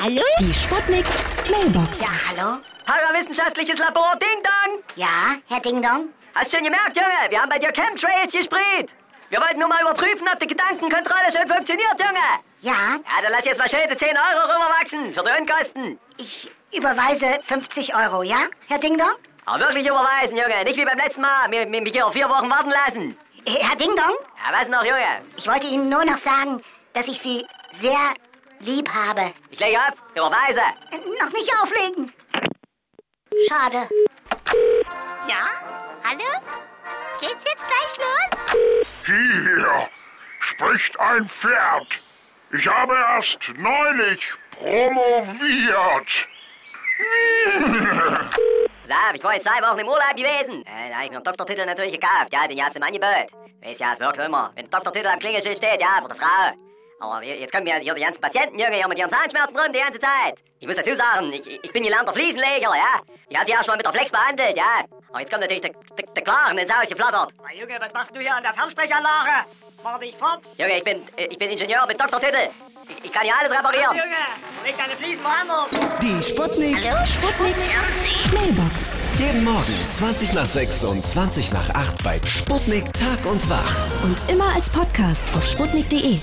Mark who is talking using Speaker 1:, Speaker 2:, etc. Speaker 1: Hallo?
Speaker 2: Die Sputnik Mailbox.
Speaker 1: Ja, hallo?
Speaker 3: Parawissenschaftliches Labor Ding Dong.
Speaker 1: Ja, Herr Ding Dong?
Speaker 3: Hast schon gemerkt, Junge? Wir haben bei dir Chemtrails gesprüht. Wir wollten nur mal überprüfen, ob die Gedankenkontrolle schön funktioniert, Junge.
Speaker 1: Ja,
Speaker 3: Ja, dann lass jetzt mal schöne 10 Euro rüberwachsen für die Unkosten.
Speaker 1: ich überweise 50 Euro, ja, Herr Ding Dong?
Speaker 3: Aber wirklich überweisen, Junge. Nicht wie beim letzten Mal. Mir, mir, mich hier vier Wochen warten lassen.
Speaker 1: Äh, Herr Ding Dong,
Speaker 3: Ja, was noch, Junge?
Speaker 1: ich wollte Ihnen nur noch sagen, dass ich Sie sehr lieb habe.
Speaker 3: Ich lege ab. Überweise.
Speaker 1: Äh, Noch nicht auflegen. Schade.
Speaker 4: Ja? Hallo? Geht's jetzt gleich los?
Speaker 5: Hier spricht ein Pferd. Ich habe erst neulich promoviert.
Speaker 3: Sab, ich war jetzt zwei Wochen im Urlaub gewesen. Äh, da hab ich mir einen Doktortitel natürlich gekauft. Ja, den gab's im Angebot. Weißt ja, es wirkt immer. Wenn ein Doktortitel am Klingelschild steht, ja, für die Frau. Aber je- jetzt kommen mir hier die ganzen Patienten, Junge, hier mit ihren Zahnschmerzen rum die ganze Zeit. Ich muss dazu sagen, ich, ich bin gelernter Fliesenleger, ja. Ich hatte die erst mal mit der Flex behandelt, ja. Aber jetzt kommt natürlich der, der, der Klaren ins Haus geflattert.
Speaker 6: Na Junge, was machst du hier an der Fernsprechanlage? Fahr dich fort.
Speaker 3: Junge, ich bin, äh, ich bin Ingenieur mit Doktortitel. Ich, ich kann hier alles
Speaker 6: Los,
Speaker 3: reparieren.
Speaker 6: Junge, leg deine Fliesen woanders.
Speaker 7: Die Sputnik.
Speaker 2: Sputnik Mailbox.
Speaker 7: Jeden Morgen 20 nach 6 und 20 nach 8 bei Sputnik Tag und Wach.
Speaker 2: Und immer als Podcast auf sputnik.de.